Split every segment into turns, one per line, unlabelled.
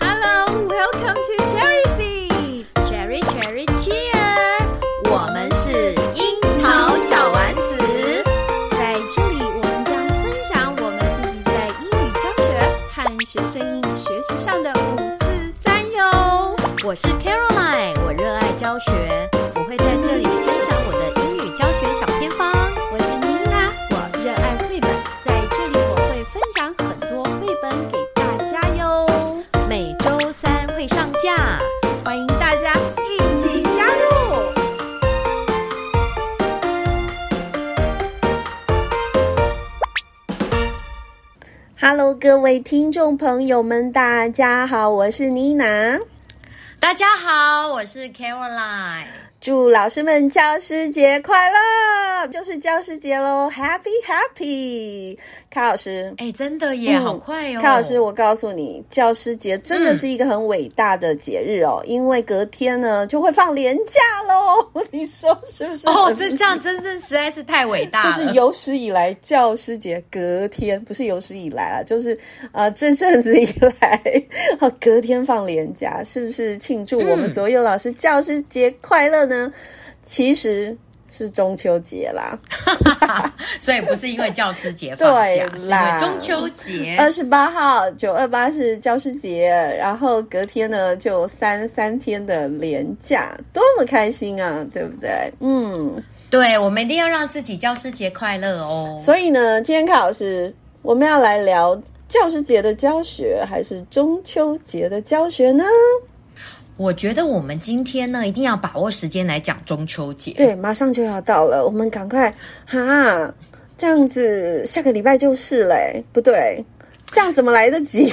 Hello, welcome to Cherry Seeds. Cherry, Cherry, Cheer. 我们是樱桃小丸子，在这里我们将分享我们自己在英语教学和学生英语学习上的五四三哟。
我是 Caroline，我热爱教学，我会在这里分享我的英语教学小偏方。
我是妮娜，我热爱绘本，在这里我会分享很多绘本给大家哟，
每周三会上架。
欢迎大家一起加入。
Hello，各位听众朋友们，大家好，我是妮娜。
大家好，我是 Caroline。
祝老师们教师节快乐！就是教师节喽，Happy Happy！卡老师，
哎、真的耶，
嗯
好快哦！
卡老师，我告诉你，教师节真的是一个很伟大的节日哦，
嗯
因为隔天呢就会放年假喽。 你说是不是？
哦，这这样真是实在是太伟大
就
了。
是有史以来教师节隔天，不是有史以来啊，就是呃这阵子以来， 哦隔天放连假，是不是庆祝我
嗯
们所有老师教师节快乐呢？其实是中秋节啦，
所以不是因为教师节放假，
对
是因为
啦呃
中秋节。
二十八号九二八是教师节，然后隔天呢就三三天的连假，多么开心啊，对不对？嗯，
对，我们一定要让自己教师节快乐哦。
所以呢，今天卡老师，我们要来聊教师节的教学，还是中秋节的教学呢？
我觉得我们今天呢，一定要把握时间来讲中秋节。
对，马上就要到了，我们赶快哈，这样子下个礼拜就是嘞，不对，这样怎么来得及？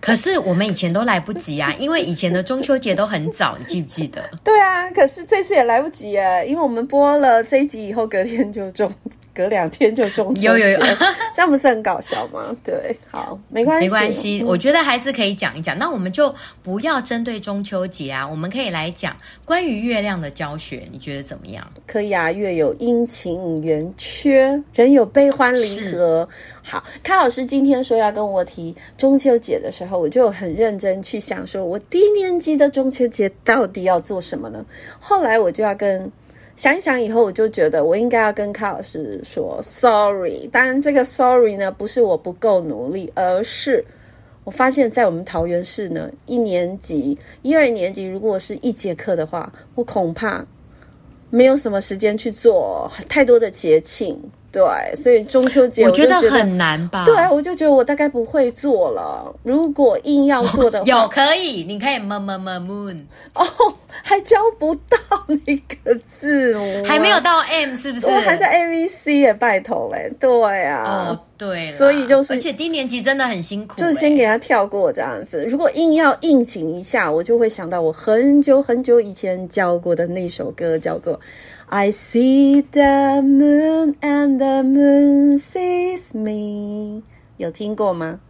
可是我们以前都来不及 啊，因为以前的中秋节都很早，你记不记得？
对啊，可是这次也来不及耶，因为我们播了这一集以后，隔天就中，隔两天就中秋节，
有有有
这样不是很搞笑吗？对，好， 没关系，嗯
没关系，我觉得还是可以讲一讲。那我们就不要针对中秋节啊，我们可以来讲关于月亮的教学，你觉得怎么样？
可以啊，月有阴晴圆缺，人有悲欢离合。好，康老师今天说要跟我提中秋节的时候，我就很认真去想，说我低年级的中秋节到底要做什么呢？后来我就要跟想一想，以后我就觉得我应该要跟康老师说 sorry。当然，这个 sorry 呢，不是我不够努力，而是。我发现，在我们桃园市呢，一年级、一二年级，如果是一节课的话，我恐怕没有什么时间去做太多的节庆，对，所以中秋节
我
就
觉
觉
得很难吧？
对，啊我就觉得我大概不会做了。如果硬要做的话，
有可以，你可以么么么 moon，
哦，还教不到那个字母，啊
还没有。到 m 是不是？
我还在 A V C 耶，拜托嘞，对啊，
哦，对啦，
所以就是
而且低年级真的很辛苦欸、
就是先给他跳过这样子。如果硬要应景一下，我就会想到我很久很久以前教过的那首歌，叫做《I See the Moon and the Moon Sees Me》，有听过吗？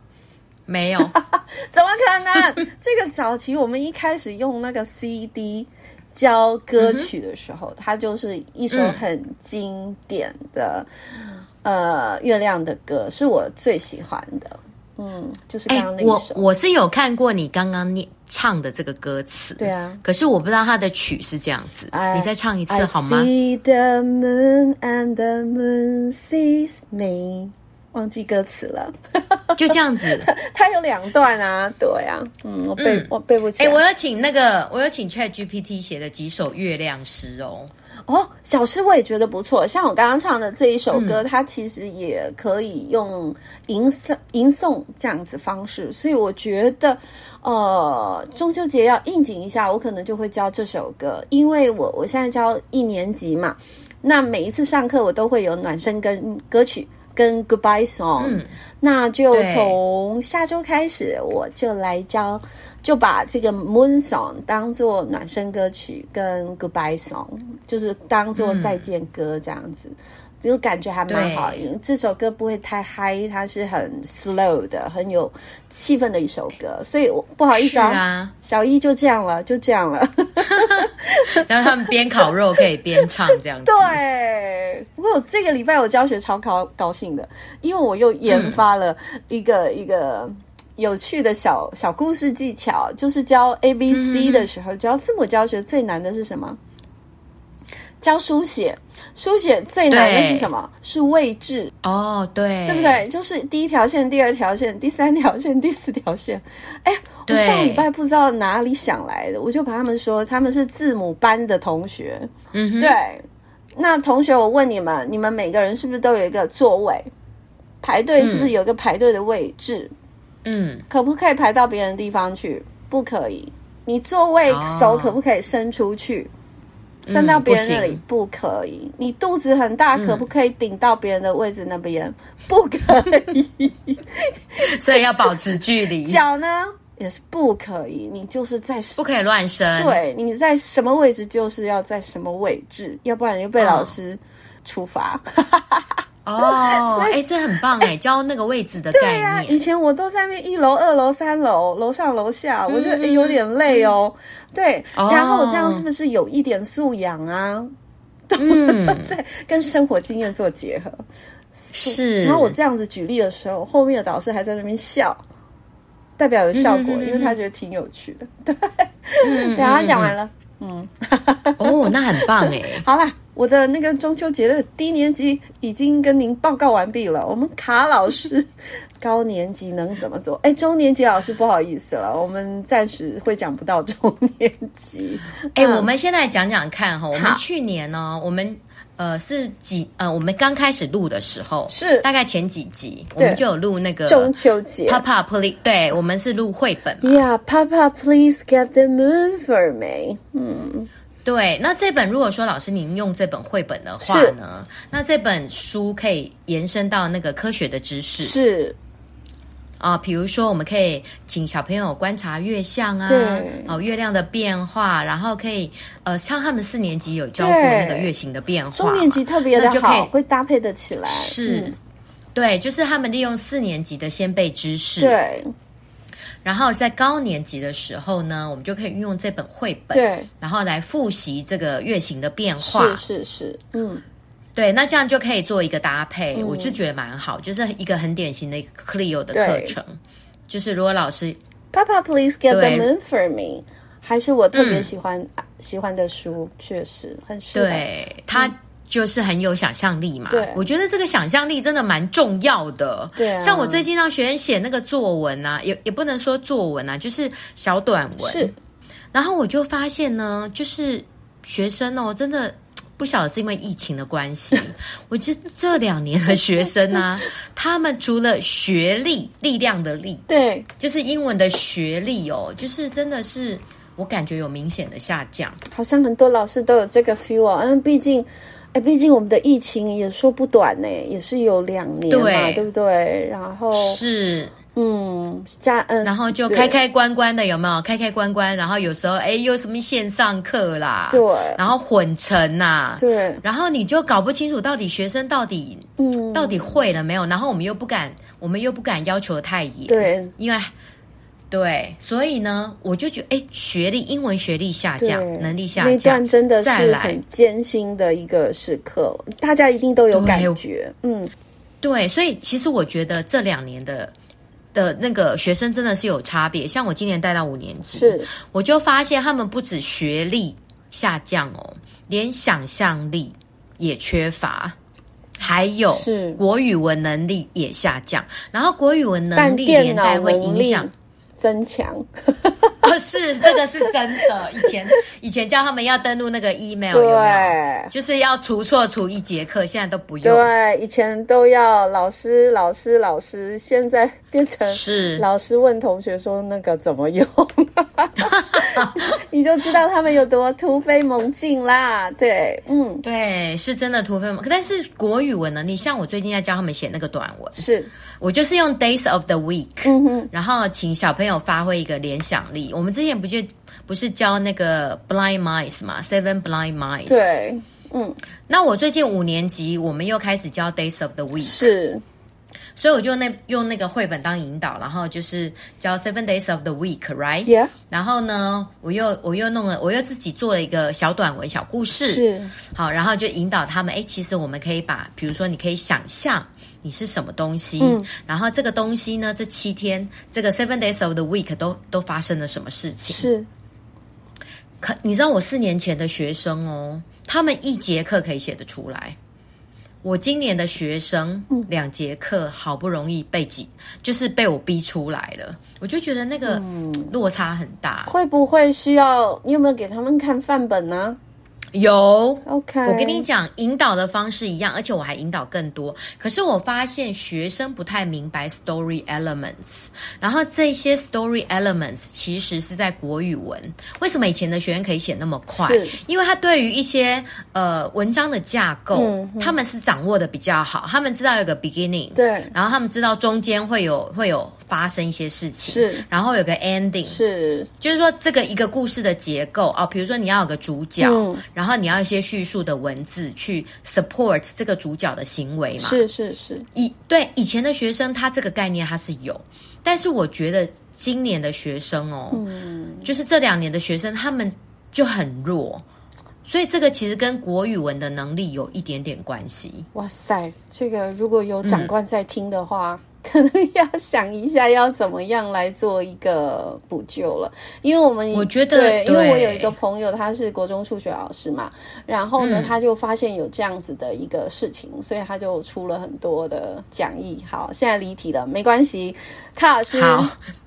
没有，
怎么可能？这个早期我们一开始用那个 CD 教歌曲的时候，它就是一首很经典的、呃月亮的歌，是我最喜欢的。嗯，就是刚
哎、
刚那一
我
首。
我是有看过你刚刚念唱的这个歌词，
对啊
可是我不知道它的曲是这样子，
I-
哎你再唱一次
I
好吗？
see the moon and the moon sees me。忘记歌词了，
就这样子。
它有两段啊，对啊，嗯，我背、我背不起
哎、
来。
我有请那个，我有请 Chat GPT 写的几首月亮诗哦。
哦，小诗我也觉得不错。像我刚刚唱的这一首歌，它其实也可以用吟诵、吟诵这样子方式，所以我觉得，呃，中秋节要应景一下，我可能就会教这首歌，因为我我现在教一年级嘛，那每一次上课我都会有暖身跟歌曲。跟 Goodbye Song，、
嗯
那就
对
从下周开始，我就来教，就把这个 Moon Song 当做暖身歌曲，跟 Goodbye Song 就是当做再见歌这样子，就感觉还蛮好。
对
因为这首歌不会太嗨，它是很 slow 的，很有气氛的一首歌，所以我不好意思啊，
是啊
小一就这样了，就这样了。
然后他们边烤肉可以边唱这样子。
对， 不过这个礼拜我教学超高高兴的，因为我又研发了一个、一个有趣的小小故事技巧，就是教 A B
嗯
C 的时候，教字母教学最难的是什么？教书写，书写最难的是
对
什么？是位置。
哦，对，
对不？对？就是第一条线、第二条线、第三条线、第四条线。哎，我
对
上礼拜不知道哪里想来的，我就把他们说他们是字母班的同学。
嗯哼，
对，那同学，我问你们，你们每个人是不是都有一个座位？排队是不是有一个排队的位置？
嗯，
可不可以排到别人的地方去？不可以。你座位
哦
手可不可以伸出去？伸到别人那里
嗯
不可以。你肚子很大，可不可以顶到别人的位置那边？不可以。
所以要保持 距离，
脚呢也是不可以。你就是在
嗯不可以乱伸。，
对，你在什么位置就是要在什么位置，要不然你就被老
嗯
师处罚。
哦，哎，这很棒哎，教那个位置的
对啊呀、
概
以
念。
前我都在那边一楼、二楼、三楼，楼上楼下，我觉得、诶有点累哦。对，
嗯哦
然后我这样是不是有一点素养啊？
嗯，
对，跟生活经验做结合。
是。
然后我这样子举例的时候，后面的导师还在那边笑，代表有效果，
嗯嗯嗯
因为他觉得挺有趣的。 对，对，然后他讲完了。
哦，那很棒哎。
好啦，我的那个中秋节的低年级已经跟您报告完毕了。我们卡老 师高年级能怎么做？哎，中年级老师不好意思了，我们暂时会讲不到中年 级。
哎、
嗯
我们现在讲讲看哈，我
好
们去年呢，我们呃是几呃，我们刚开始录的时候
是
大概前几集，我
对
们就有录那个
中嗯秋节
Papa Please，对我们是录绘本嘛。
Yeah, Papa, please get the moon for me. 嗯，
对，那这本如果说老师您用这本绘本的话
是
呢，那这本书可以延伸到那个科学的知识
是
啊，比如说我们可以请小朋友观察月相啊，
对
哦月亮的变化，然后可以呃像他们四年级有教过那个
对
月形的变化嘛，
中年级特别
那
的
就可以
好，会搭配得起来。
是。
嗯
对，就是他们利用四年级的先辈知识，，
对
然后在高年级的时候呢，我们就可以运用这本绘本，，
对，
然后来复习这个月形的变化，
是是是，嗯，
对，那这样就可以做一个搭配，我就觉得蛮好，就是一个很典型的一个 Clio 的课
对
程，就是如果老师
Papa, please get the
对
moon for me，还是我特别
嗯
喜欢、啊喜欢的书，确实很适合。
对他。就是很有想象力嘛，
嗯对
我觉得这个想象力真的蛮重要的。
对啊
像我最近让学员写那个作文啊，也也不能说作文啊，就是小短文。
是，
然后我就发现呢，就是学生哦，真的不晓得是因为疫情的 关系，我这这两年的学生啊，他们除了学历力量的力，
对，
就是英文的学历哦，就是真的是我感觉有明显的下降。
好像很多老师都有这个 feel 啊，嗯，毕竟，哎，毕竟我们的疫情也说不短呢，也是有两年嘛，对
对
不对？然后，
是，
嗯，加，嗯，
然后就
哦对
开开关关的，有没有？开开关关，然后有时候哎，又什么线上课啦，
对
然后混成呐、
对，
然后你就搞不清楚到底学生到底
嗯，
到底会了没有？然后我们又不敢，我们又不敢要求太严，，
对，
因为对，所以呢，我就觉得，哎，学历，英文学历下
对
降，，能力下
那
降
段，真的
再
是
来
很艰辛的一个时刻，大家一定都有
对
感
我
觉，嗯，
对，所以其实我觉得这两年的的那个学生真的是有差别。像我今年带到五年级，
是，
我就发现他们不止学历下降哦，连想象力也缺乏。还有
是
国语文能力也下降，然后国语文
但
能力
电
连
脑
带会
能
影
力
响
增强，
哦，是这个是真的。以前以前叫他们要登录那个 email，有没有
对
就是要除错除一节课，现在都不用。
对，以前都要老师老师老师，现在变成
是
老师问同学说那个怎么 用， 你就知道他们有多突飞猛进啦。对，嗯，
对，是真的突飞猛。但是国语文能力，像我最近在教他们写那个短文，
是，
我就是用 days of the week，、
嗯哼，
然后请小朋友发挥一个联想力。我们之前不就不是教那个 blind mice 嘛，seven blind mice。。
对，嗯，
那我最近五年级，我们又开始教 days of the week，
是，
所以我就那用那个绘本当引导，然后就是教 seven days of the week，right？、
耶、
然后呢，我又我又弄了，我又自己做了一个小短文、小故事，
是，
好，然后就引导他们，哎，其实我们可以把，比如说，你可以想象你是什么东西，
嗯
然后这个东西呢，这七天，这个 seven days of the week 都都发生了什么事情？
是，
可你知道我四年前的学生哦，他们一节课可以写得出来。我今年的学生
嗯
两节课好不容易被挤，就是被我逼出来了，我就觉得那个
嗯
落差很大。
会不会需要？你有没有给他们看范本呢、
有
OK
我跟你讲，引导的方式一样，而且我还引导更多。可是我发现学生不太明白 story elements，然后这些 story elements 其实是在国语文。为什么以前的学员可以写那么快
是？
因为他对于一些呃文章的架构、他们是掌握的比较好，他们知道有个 beginning，
嗯对
然后他们知道中间会有会有发生一些事情，
是，
然后有个 ending，
是，
就是说这个一个故事的结构啊、哦比如说你要有个主角，
嗯
然后你要一些叙述的文字去 support 这个主角的行为嘛。
是，是，是，
以对以前的学生，他这个概念他是有，但是我觉得今年的学生哦，
嗯
就是这两年的学生，他们就很弱，所以这个其实跟国语文的能力有一点点关系。
哇塞，这个如果有长官在听的话，可能要想一下要怎么样来做一个补救了。因为我们
我觉得
对，因为我
对
有一个朋友，他是国中数学老师嘛，然后呢，
嗯
他就发现有这样子的一个事情，所以他就出了很多的讲义。好，现在离题了，没关系，卡老师
好。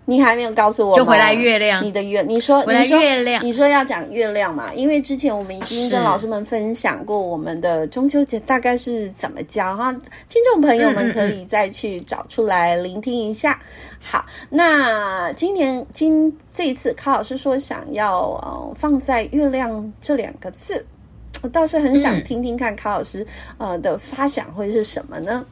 你还没有告诉我吗，
就回来月亮
你的月，你说
回来
你说
月亮
你说要讲月亮嘛？因为之前我们已经跟
是
老师们分享过我们的中秋节大概是怎么教哈，听众朋友
嗯嗯
们
嗯
可以再去找出来聆听一下。好，那今年今这一次，卡老师说想要呃放在月亮这两个字，我倒是很想
嗯
听听看卡老师呃的发想会是什么呢？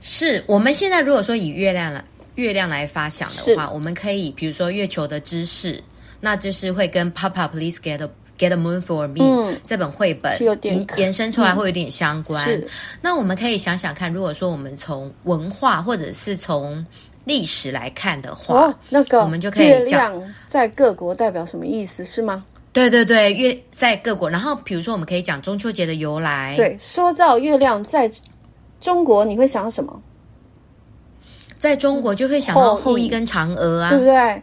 是我们现在如果说以月亮来月亮来发想的话，我们可以比如说月球的知识，那就是会跟 Papa Please Get a Get a Moon for Me、
嗯
这本绘本
是有点
延
可
延伸出来会有点相关。
是
那我们可以想想看，如果说我们从文化或者是从历史来看的话，
哦，那个
我们就可以
月
讲
亮在各国代表什么意思是吗？
对对对，月在各国，然后比如说我们可以讲中秋节的由来，
对，说到月亮在中国，你会想到什么？
在中国就会想到
后
后
羿
羿跟嫦娥啊，
对不对？然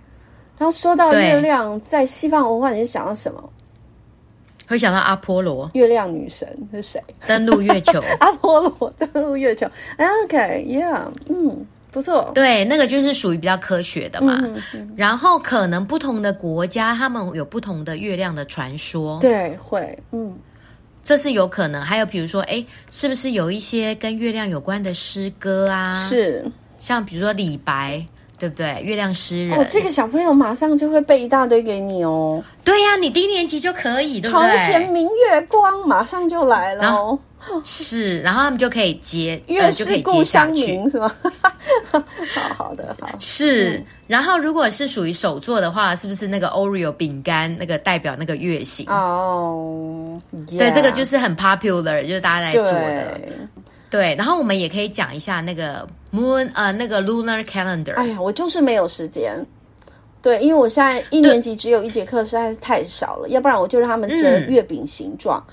后说到
对
月亮，在西方文化，你是想到什么？
会想到阿波罗
月亮女神是谁？
登陆 月球。
阿波罗登陆月球。OK，Yeah，、嗯，不错。
对，那个就是属于比较科学的嘛。
嗯
然后可能不同的国家，他们有不同的月亮的传说，，
对，会，嗯，
这是有可能。还有比如说，哎，是不是有一些跟月亮有关的诗歌啊？，
是。
像比如说李白，对不对？月亮诗人。
哦，这个小朋友马上就会背一大堆给你哦。
对呀、你低年级就可以，对不啊
床前
对？
明月光，马上就来了哦。
是，然后他们就可以接，
月
呃、就可
是
以
故
接下
乡
去。
明，是吗？ 好好的，好。
是，
嗯
然后如果是属于手作的话，是不是那个 Oreo 饼干那个代表那个月形？
啊哦、
对，这个
yeah，
就是很 popular，就是大家来做的。
对。
对，然后我们也可以讲一下那个 moon 呃那个 lunar calendar，、
哎呀，我就是没有时间。对，因为我现在一年级只有一节课，实在是太少了，要不然我就让他们折
嗯
月饼形状。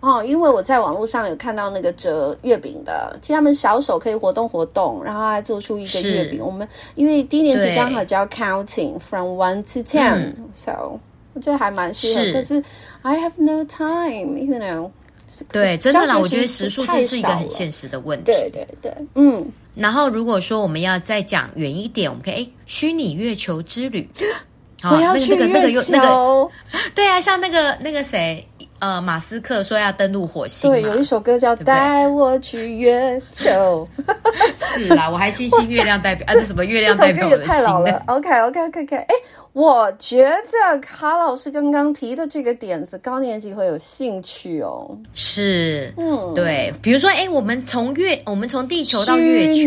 哦，因为我在网络上有看到那个折月饼的，其实他们小手可以活动活动，然后还做出一个
是
月饼。我们因为低年级
对嗯
刚好教 counting from one to ten，so、我觉得还蛮适合。
是
可是 I have no time，you know。
对，真的啦，
教学
我觉得
时
时数
太
这是一个
少
很
了
现实的问题。
对对对，嗯，
然后如果说我们要再讲远一点，我们可以哎虚拟月球之旅，
我要去
那个那个
月
又那个
球。
对啊，像那个那个谁呃马斯克说要登陆火星
对，
嘛
有一，首歌叫《
对不对
带我去月球》，
是啦，我还星星月亮代 表啊，这什么月
这
亮
首
代
歌
表
也
我的
太
心
老了
呢？。
OK OK OK OK，哎，我觉得卡老师刚刚提的这个点子，高年级会有兴趣哦。
是，
嗯，，
对，比如说哎，我们从月我们从地球到月球。，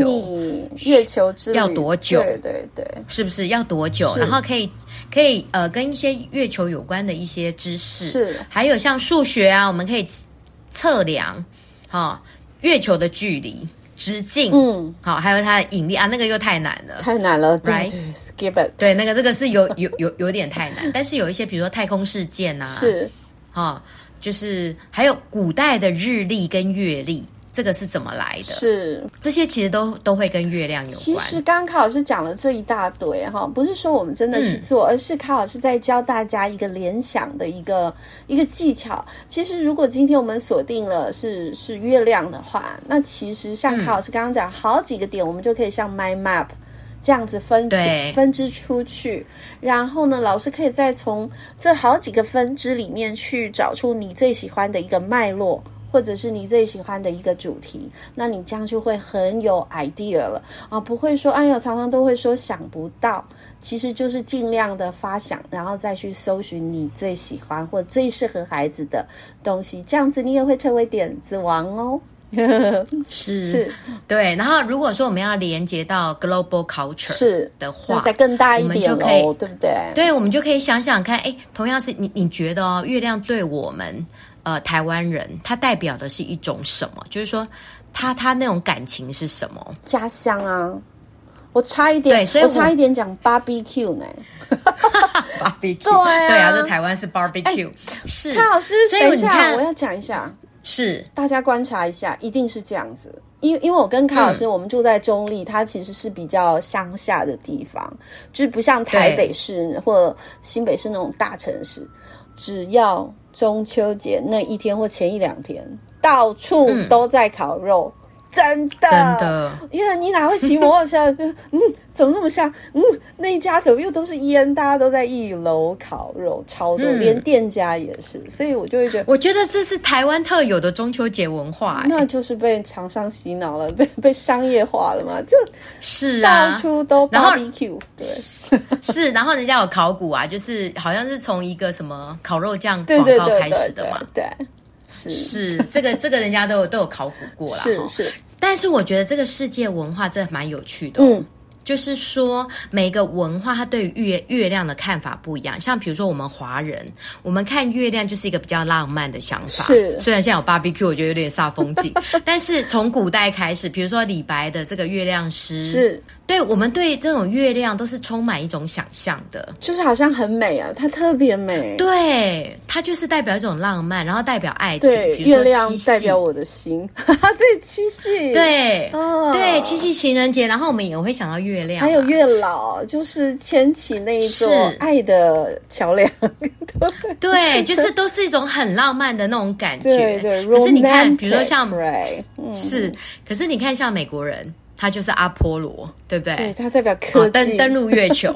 月球之旅
要多久
对对对，
是不是要多久？
是
然后可以可以呃，跟一些月球有关的一些知识，
是
还有像数学啊，我们可以测量哈、哦月球的距离、直径，
嗯，
好、还有它的引力啊，那个又太难了。
太难了，对
Right
对，skip it，
对，那个这个是有有有有点太难，但是有一些比如说太空事件啊，
是
哈、就是还有古代的日历跟月历，这个是怎么来的？
是。
这些其实都都会跟月亮有
其
关。
实刚刚卡老师讲了这一大堆哈，不是说我们真的去做，
嗯
而是卡老师在教大家一个联想的一个一个技巧。其实如果今天我们锁定了是是月亮的话，那其实像
嗯
卡老师刚刚讲好几个点，我们就可以像 mind map。这样子分出
对
分支出去，然后呢，老师可以再从这好几个分支里面去找出你最喜欢的一个脉络，或者是你最喜欢的一个主题，那你这样就会很有 idea 了啊，不会说哎呀，常常都会说想不到，其实就是尽量的发想，然后再去搜寻你最喜欢或最适合孩子的东西，这样子你也会成为点子王哦。
是
是
对。然后如果说我们要连接到 global culture
是
的
那
话，
再更大一
我们
点哦
就可以
喽，对不对？
对，我们就可以想想看，哎，同样是你，你觉得哦，月亮对我们呃台湾人，它代表的是一种什么？就是说，他他那种感情是什么？
家乡啊，我差一点，
对所以
我
我
差一点讲 barbecue 呢。
barbecue，
对啊
对啊，这台湾是 barbecue，、是。
潘老师，
所
嗯等
以
一
你
下，
看
我，要讲一下，
是
大家观察一下，一定是这样子。因因为我跟卡老
嗯
师，我们住在中立，它其实是比较乡下的地方，就是不像台北市或新北市那种大城市。只要中秋节那一天或前一两天，到处
嗯
都在烤肉，真的
真的，
因为哎你哪会骑摩托车？ 嗯，怎么那么像？嗯，那一家怎么又都是烟？大家都在一楼烤肉，超多，
嗯
连店家也是，所以我就会觉得。
我觉得这是台湾特有的中秋节文化、哎
那就是被厂商洗脑了， 被被商业化了嘛，就是到
啊，
处都
然后
barbecue，对
是。然后人家有考古啊，就是好像是从一个什么烤肉酱
对
广
对
告
对
开
对
始的
对
嘛。
对，是是
是这个，这个人家都有都有考古过啦。哈
是，
但是我觉得这个世界文化真的蛮有趣的哦、
嗯，
就是说每个文化它对于月月亮的看法不一样。像比如说我们华人，我们看月亮就是一个比较浪漫的想法，
是
虽然现在有 barbecue，我觉得有点煞风 景，但是从古代开始，比如说李白的这个月亮诗，
是，
对我们对这种月亮都是充满一种想象的。
就是好像很美啊，它特别美，
对，它就是代表一种浪漫，然后代表爱情，
对，
比如
月
说
亮
七夕，
代表我的心， 哈哈，对，七夕，，
对，
哦
对，七夕情人节，然后我们也会想到月亮嘛，
还有月老，就是牵起那一座
是
爱的桥梁，
对，就是都是一种很浪漫的那种感觉。
对对。
可是你看，比如说
romantic，
像
right，嗯，
是，可是你看像美国人，他就是阿波罗，对不对？
对，它代表
好
科技，
哦登登陆月球，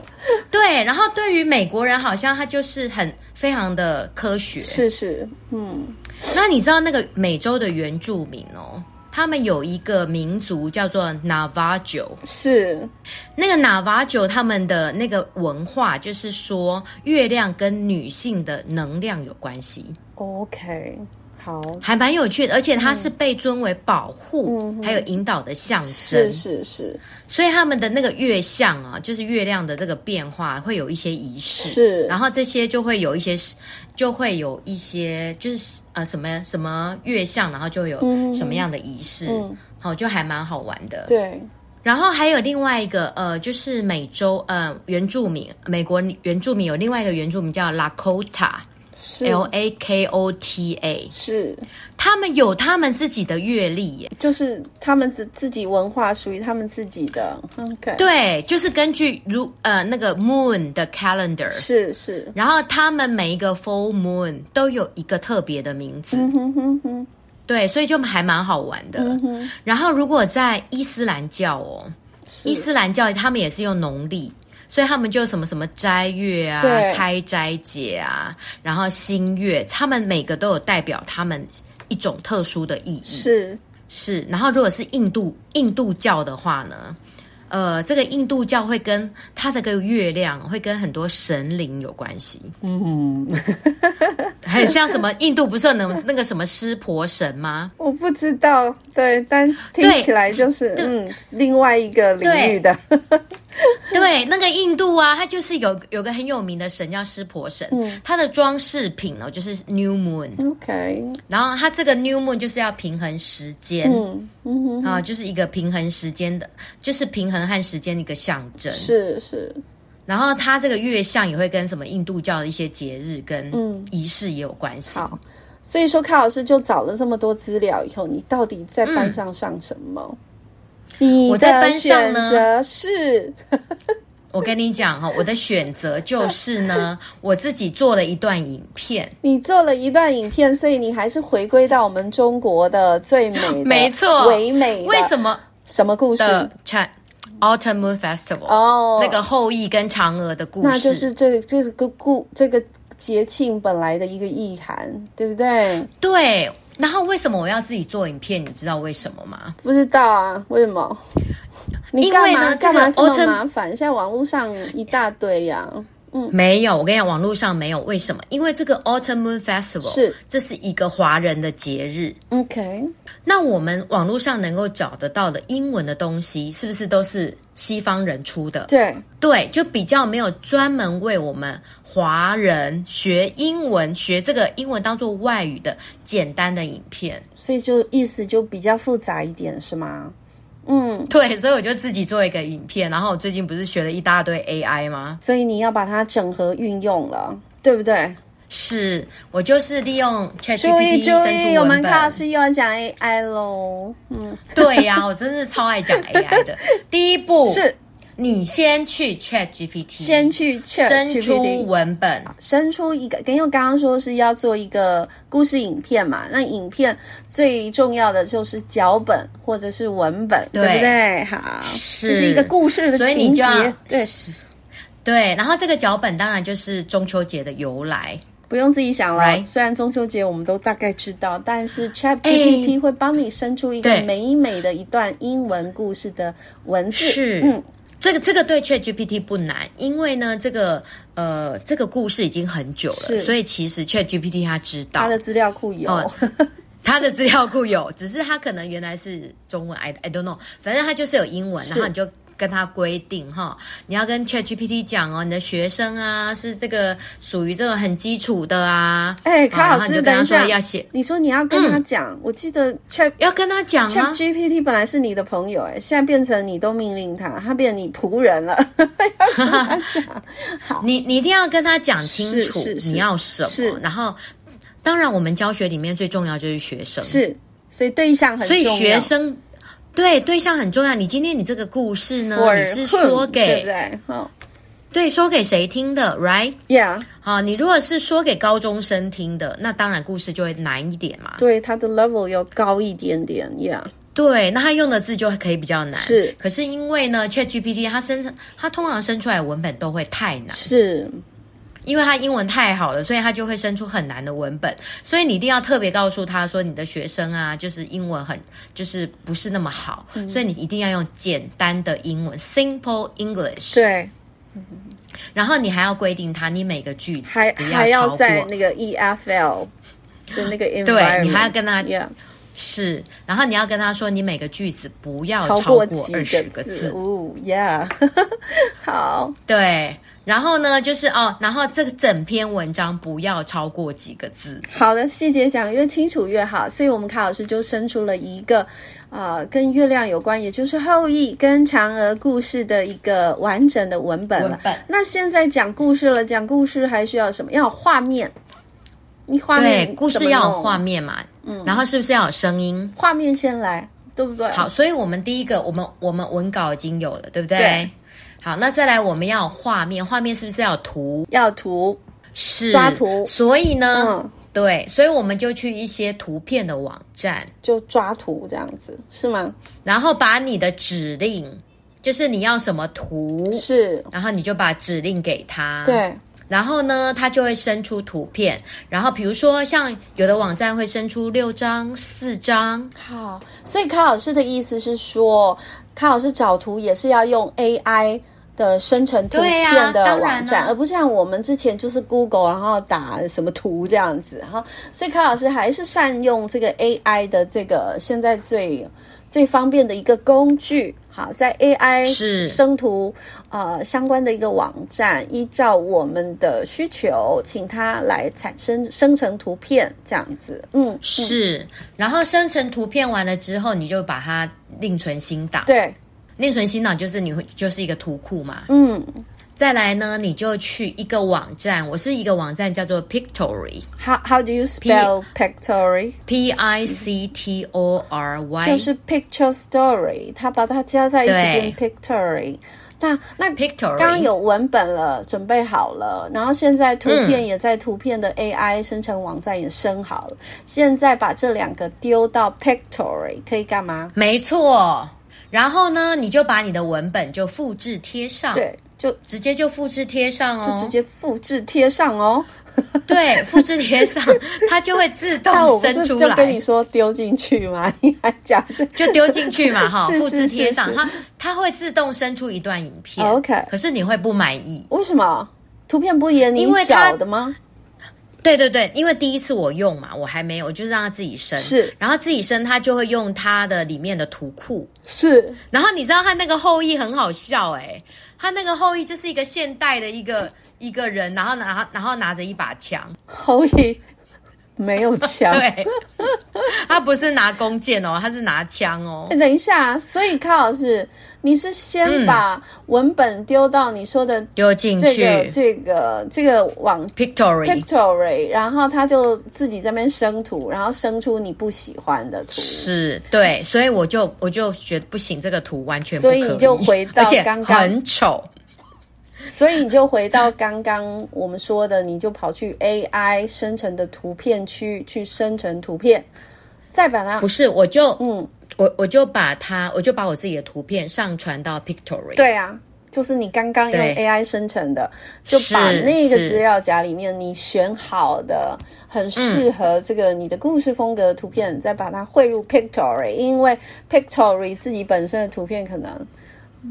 对。然后对于美国人，好像他就是很非常的科学。
是是，嗯，
那你知道那个美洲的原住民哦，他们有一个民族叫做 Navajo，
是
那个 Navajo 他们的那个文化就是说，月亮跟女性的能量有关系。
OK，好，
还蛮有趣的，而且它是被尊为保护、还有引导的象征
嗯是，是是
所以他们的那个月相啊，就是月亮的这个变化会有一些仪式，
是
然后这些就会有一些，就会有一些就是呃什么什么月相，然后就会有什么样的仪式，好、
嗯
就还蛮好玩的。
对，
然后还有另外一个呃，就是美洲呃原住民，美国原住民有另外一个原住民叫 Lakota，L
是
A K O T A，
是，
他们有他们自己的阅历耶，
就是他们自自己文化属于他们自己的，OK，，
对，就是根据如呃那个 moon 的 calendar，
是是，
然后他们每一个 full moon 都有一个特别的名字，
嗯哼哼哼，嗯
对，所以就还蛮好玩的。然后如果在伊斯兰教哦，伊
是
斯兰教他们也是用农历，所以他们就什么什么斋月啊
对、
开斋节啊，然后新月，他们每个都有代表他们一种特殊的意义。
是
是，然后如果是印度印度教的话呢，呃，这个印度教会跟它这个月亮会跟很多神灵有关系，嗯，很像什么印度不是有那种那个什么湿婆 神吗？
我不知道，对，但听
对
起来就是
对
嗯，另外一个领域的，
对，那个印度啊，它就是有有个很有名的神叫湿婆神，
嗯
它的装饰品哦呢就是 New Moon，
OK，
然后它这个 New Moon 就是要平衡时间，
嗯嗯哼，
啊、就是一个平衡时间的，就是平衡和时间的一个象征。
是是，
然后它这个月相也会跟什么印度教的一些节日跟仪式也有关系。
嗯好。所以说，卡老师就找了这么多资料以后，你到底在班上上什么？你
嗯我在
的
班上
选
呢
择是
我跟你讲哈、我的选择就是 呢，我自己做了一段影片，
你做了一段影片，所以你还是回归到我们中国的最美的、
没错，
唯美的
为什么
什么故事？
的 Chan Autumn Moon Festival
哦
那个后羿跟嫦娥的故事，
那就是这个这个故这个节庆本来的一个意涵，对不对？
对。然后为什么我要自己做影片？你知道为什么吗？
不知道啊，为什么？你干
因为
嘛
呢这
干
个
嘛这么
autumn-
麻烦？现在网络上一大堆啊呀、嗯
没有，我跟你讲，网络上没有。为什么？因为这个 Autumn Moon Festival
是
这是一个华人的节日，
OK，
那我们网络上能够找得到的英文的东西，是不是都是西方人出的？
对，
对，就比较没有专门为我们华人学英文、学这个英文当做外语的简单的影片。
所以就意思就比较复杂一点，是吗？嗯，
对，所以我就自己做一个影片，然后我最近不是学了一大堆 AI 吗？
所以你要把它整合运用了，对不对？
是我就是利用
注
ChatGPT
意注
生
意，
出
我
文
们
本。
卡老师又要讲 AI 喽。嗯，
对呀、我真是超爱讲 AI 的。第一步
是
你先去 ChatGPT，
先去 Chat
生出
GPT
文本。
生出一个，因为刚刚说是要做一个故事影片嘛，那影片最重要的就是脚本或者是文本，对
对
不对？好，
是
这是一个故事的
所以
情
你就
节
要，
对，
是对，然后这个脚本当然就是中秋节的由来，
不用自己想了。
Right
虽然中秋节我们都大概知道，但 是 Chat
哎
GPT 会帮你生出一个
对
美美的一段英文故事的文字，
是。
嗯
这个这个对 ChatGPT 不难，因为呢，这个呃这个故事已经很久
是
了，所以其实 ChatGPT 它知道
它的资料库有。
哦它的资料库有，只是它可能原来是中文，I I don't know，反正它就是有英文，
是
然后你就跟它规定哈，你要跟 ChatGPT 讲哦，你的学生啊是这个属于这个很基础的啊，
哎，
啊
卡
然
老
后你
师，
就
等
跟他
一
说
下，
要写，嗯
你说你要跟他讲，我记得 Chat
要跟他讲啊
Chat，GPT 本来是你的朋友、哎，现在变成你都命令他，他变你仆人了。 要跟他讲，好，
你你一定要跟他讲清楚
是是是
你要什
是
么，然后当然我们教学里面最重要就是学生，
是，所以对象很
所
重
以
要。
学生对对象很重要。你今天你这个故事呢，
for
你是
whom，
说
对
给
不对？哦好、
对说给谁听的，right？
y e a h
好，你如果是说给高中生听的，那当然故事就会难一点嘛。
对，他的 level 要高一点点，Yeah，
对，那他用的字就可以比较难。
是
可是因为呢，ChatGPT 它生它通常生出来的文本都会太难，
是
因为他英文太好了，所以他就会生出很难的文本，所以你一定要特别告诉他说，你的学生啊，就是英文很就是不是那么好，
嗯
所以你一定要用简单的英文 （simple English）。，
对，
然后你还要规定他，你每个句子
还
不
还
超
要
过
在那个 E EFL 的那个 environment，
对你还要跟他
Yeah
是，然后你要跟他说，你每个句子不要
超
超过
几
二十个
字，
字。
哦，Yeah，好，
对，然后呢，就是哦，然后这个整篇文章不要超过几个字。
好的，细节讲越清楚越好，所以我们卡老师就生出了一个，呃，跟月亮有关，也就是后羿跟嫦娥故事的一个完整的文本了。
文本
那现在讲故事了，讲故事还需要什么？要有画面，你画面
对，故
怎
事
么嗯
要有
弄
画，面嘛，然后是不是要有声音？
画面先来，对不对？
好，，所以我们第一个，我们我们文稿已经有了，对不对？
对
好，那再来我们要有画面，画面是不是要有图？
要图，
是
抓图
所以呢，
嗯
对，所以我们就去一些图片的网站，
就抓图这样子，是吗？
然后把你的指令就是你要什么图，
是，
然后你就把指令给他。
对，
然后呢，它就会生出图片。然后比如说，像有的网站会生出六张、四张，
好。所以卡老师的意思是说，卡老师找图也是要用 AI。的生成图
对啊
片的
当然
网站，
啊
而不像我们之前就是 Google，然后打什么图这样子哈。所以卡老师还是善用这个 AI 的这个现在最最方便的一个工具。好，在 AI
是
生图呃相关的一个网站，依照我们的需求，请它来产生生成图片这样子。嗯，
是。然后生成图片完了之后，你就把它另存新档。
对，
另存新档就是你会就是一个图库嘛。
嗯，
再来呢，你就去一个网站，我是一个网站叫做 Pictory，P
How how do you spell Pictory？
I C T O R Y，
就是 Picture Story，它把它加在一起
对
变 Pictory。那那
Pictory
刚刚有文本了，准备好了，然后现在图
嗯
片也在图片的 AI 生成网站也生好了，现在把这两个丢到 Pictory 可以干嘛？
没错。然后呢，你就把你的文本就复制贴上，，
对，就
直接就复制贴上啊哦，
就直接复制贴上 哦。
对，复制贴 上，它就会自
那我
动
不是
生出
就跟
来
你，说丢进去吗？你还讲这
就丢进去嘛，哈，
是是
复制贴
是
上，
是
它它会自动生出一段影片
哦 OK
可是你会不满意，
为什么？图片不也你
因为它
找的吗？
对对对，因为第一次我用嘛，我还没有，我就是让它自己生，
是
然后自己生，它就会用它的里面的图库，
是
然后你知道它那个后裔很好笑诶、它那个后裔就是一个现代的一个一个人，然后拿然后拿着一把枪，
侯乙没有枪。
对，他不是拿弓箭哦，他是拿枪哦
欸，等一下，所以康老师，你是先把文本丢到你说的
丢嗯进
这个
去
这个这个网
Pictory
Pictory，然后他就自己在那边生图，然后生出你不喜欢的图，
是对，所以我就我就觉得不行，这个图完全不
所
可
以你就回到
而且
刚刚
很丑，
所以你就回到刚刚我们说的，你就跑去 AI 生成的图片区去生成图片，再把它
不是，我就
嗯，
我我就把它，我就把我自己的图片上传到 Pictory，
对啊。就是你刚刚用
对
AI 生成的，就把
是
那个
是
资料夹里面你选好的很适合这个你的故事风格的图片，再把它汇入 Pictory，因为 Pictory 自己本身的图片可能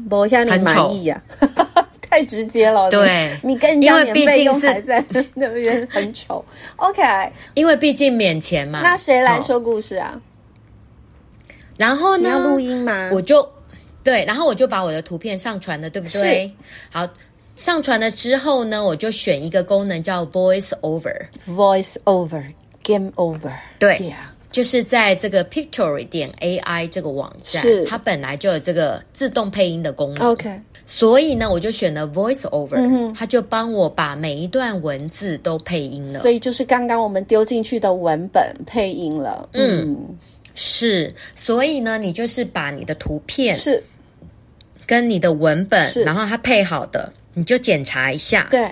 不像你
很丑
满意呀、 太直接了。你
对
你跟人家
因为
免
毕
费
竟
用
是
还在那边很丑。OK，
因为毕竟免钱嘛。
那谁来
哦？
说故事啊？
然后
你
呢？
要录音啊吗？
我就对，然后我就把我的图片上传了，对不对？好，上传了之后呢，我就选一个功能叫 Voice Over，
Voice Over Game Over，
对
y
就是在这个 Pictory 点 AI 这个网站
是，
它本来就有这个自动配音的功能
OK，嗯
所以呢，我就选了 Voice Over，、它就帮我把每一段文字都配音了
所。以就是刚刚我们丢进去的文本配音了。嗯，
是，所以呢，你就是把你的图片
是
跟你的文本
是，
然后它配好的，你就检查一下。
对，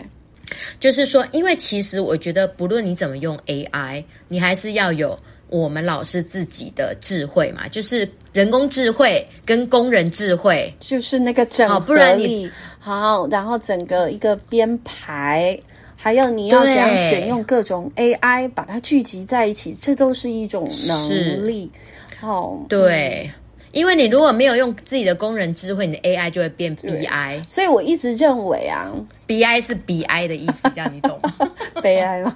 就是说，因为其实我觉得，不论你怎么用 AI，你还是要有我们老师自己的智慧嘛，就是人工智慧跟工人智慧。
就是那个整
好不
合
然你
力好，然后整个一个编排，还有你要怎样
对
选用各种 AI 把它聚集在一起，这都是一种
是
能力。好，嗯
对，因为你如果没有用自己的工人智慧，你的 AI 就会变 BI，BI
所以我一直认为啊，
是 BI 的意思，这样你懂吗？
悲哀 嘛，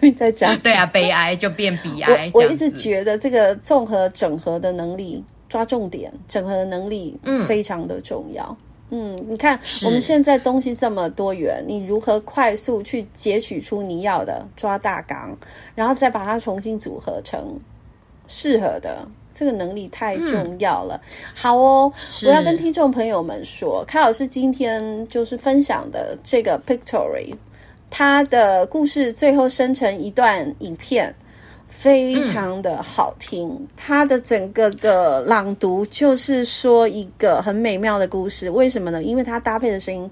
你在讲
对啊，悲哀就变 BI 这样
我我一直
子
觉得这个综合整合的能力，抓重点，整合的能力，嗯，非常的重要。嗯，你看
是
我们现在东西这么多元，你如何快速去截取出你要的，抓大纲，然后再把它重新组合成适合的。这个能力太重要了。好哦，我要跟听众朋友们说，开老师今天就是分享的这个 Pictory，它的故事最后生成一段影片，非常的好听。它的整个的朗读就是说一个很美妙的故事，为什么呢？因为它搭配的声音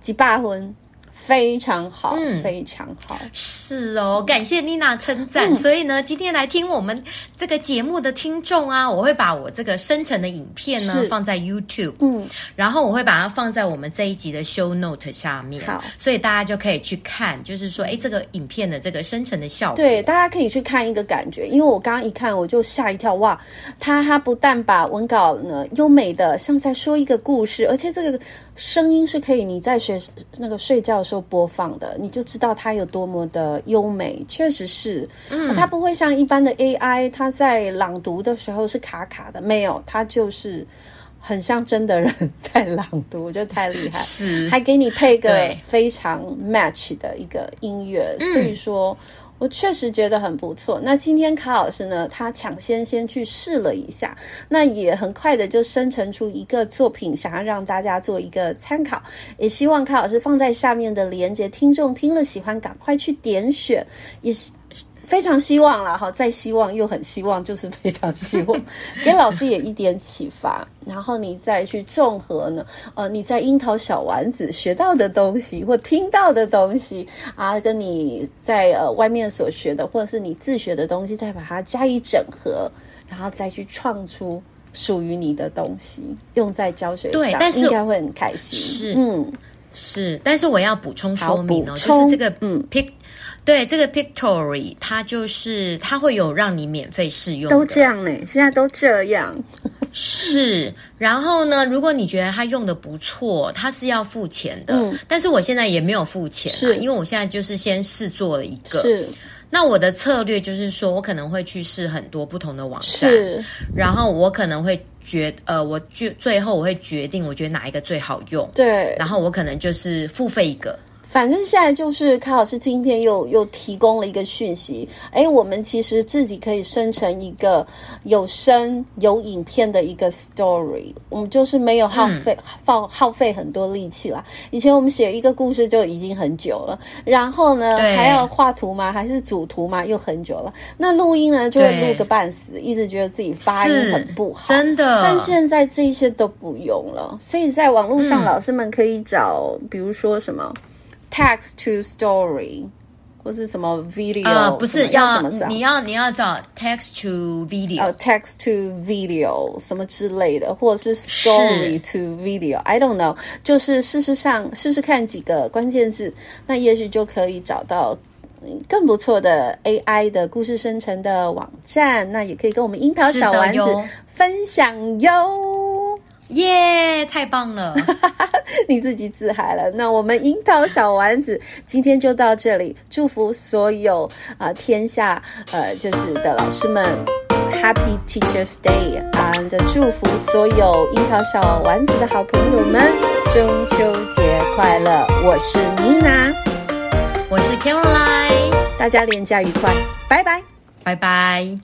几霸婚，非常好，
嗯
非常好。
是哦，感谢妮娜称
嗯
赞。所以呢，今天来听我们这个节目的听众啊，我会把我这个生成的影片呢
是
放在 YouTube，
嗯，
然后我会把它放在我们这一集的 Show Note 下面。
好
所以大家就可以去看，就是说，哎，这个影片的这个生成的效果。
对，大家可以去看一个感觉，因为我刚刚一看我就吓一跳，哇，他他不但把文稿呢优美的像在说一个故事，而且这个声音是可以你在学那个睡觉的时候播放的，你就知道它有多么的优美，确实是，嗯，它不会像一般的 AI，它在朗读的时候是卡卡的，没有，它就是。很像真的人 在朗读，我觉得太厉害，
是
还给你配个
嗯对
非常 match 的一个音乐，所以说我确实觉得很不错。那今天卡老师呢，他抢先先去试了一下，那也很快的就生成出一个作品，想要让大家做一个参考。也希望卡老师放在下面的连接，听众听了喜欢，赶快去点选，也是。非常希望啦，哈，再希望又很希望，就是非常希 望，给老师也一点启发，然后你再去综合呢，呃，你在樱桃小丸子学到的东西或听到的东西啊，跟你在呃外面所学的或者是你自学的东西，再把它加以整合，然后再去创出属于你的东西，用在教学上，
对但是
应该会很开心。
是
嗯，
是，但是我要补充说明
好补
哦，就
充
是这个
嗯
pic，、对这个 Pictory，它就是它会有让你免费试用的，
都这样呢、现在都这样，
是，然后呢，如果你觉得它用的不错，它是要付钱的。
嗯
但是我现在也没有付钱、啊，
是
因为我现在就是先试做了一个。
是
那我的策略就是说，我可能会去试很多不同的网站，
是，啊
然后我可能会决呃，我决最后我会决定，我觉得哪一个最好用。
对。
然后我可能就是付费一个，
反正现在就是卡老师今天又又提供了一个讯息，哎，我们其实自己可以生成一个有声有影片的一个 story，我们就是没有
嗯
耗费、耗耗费很多力气啦。以前我们写一个故事就已经很久了，然后呢
对
还要画图吗？还是组图吗？又很久了。那录音呢就会
对
录个半死，一直觉得自己发音
是
很不好，
真的。
但现在这些都不用了，所以在网络
嗯
上，老师们可以找，比如说什么 text to story，或是什么 video，、
呃，不是
要
要
怎么找？
你要你要找 text to video，、
呃 text to video 什么之类的，或者是 story to video，I don't know，就是事实上试试看几个关键字，那也许就可以找到。嗯更不错的 AI 的故事生成的网站，那也可以跟我们樱桃
是的
小丸子
哟
分享哟。
耶太棒 了！
你自己自嗨了。那我们樱桃小丸子今天就到这里，祝福所有啊、呃天下呃就是的老师们。Happy Teacher's Day and 祝福所有樱桃小丸子的好朋友们中秋节快乐！我是妮娜，
我是 Caroline，
大家连假愉快，拜拜。
拜拜。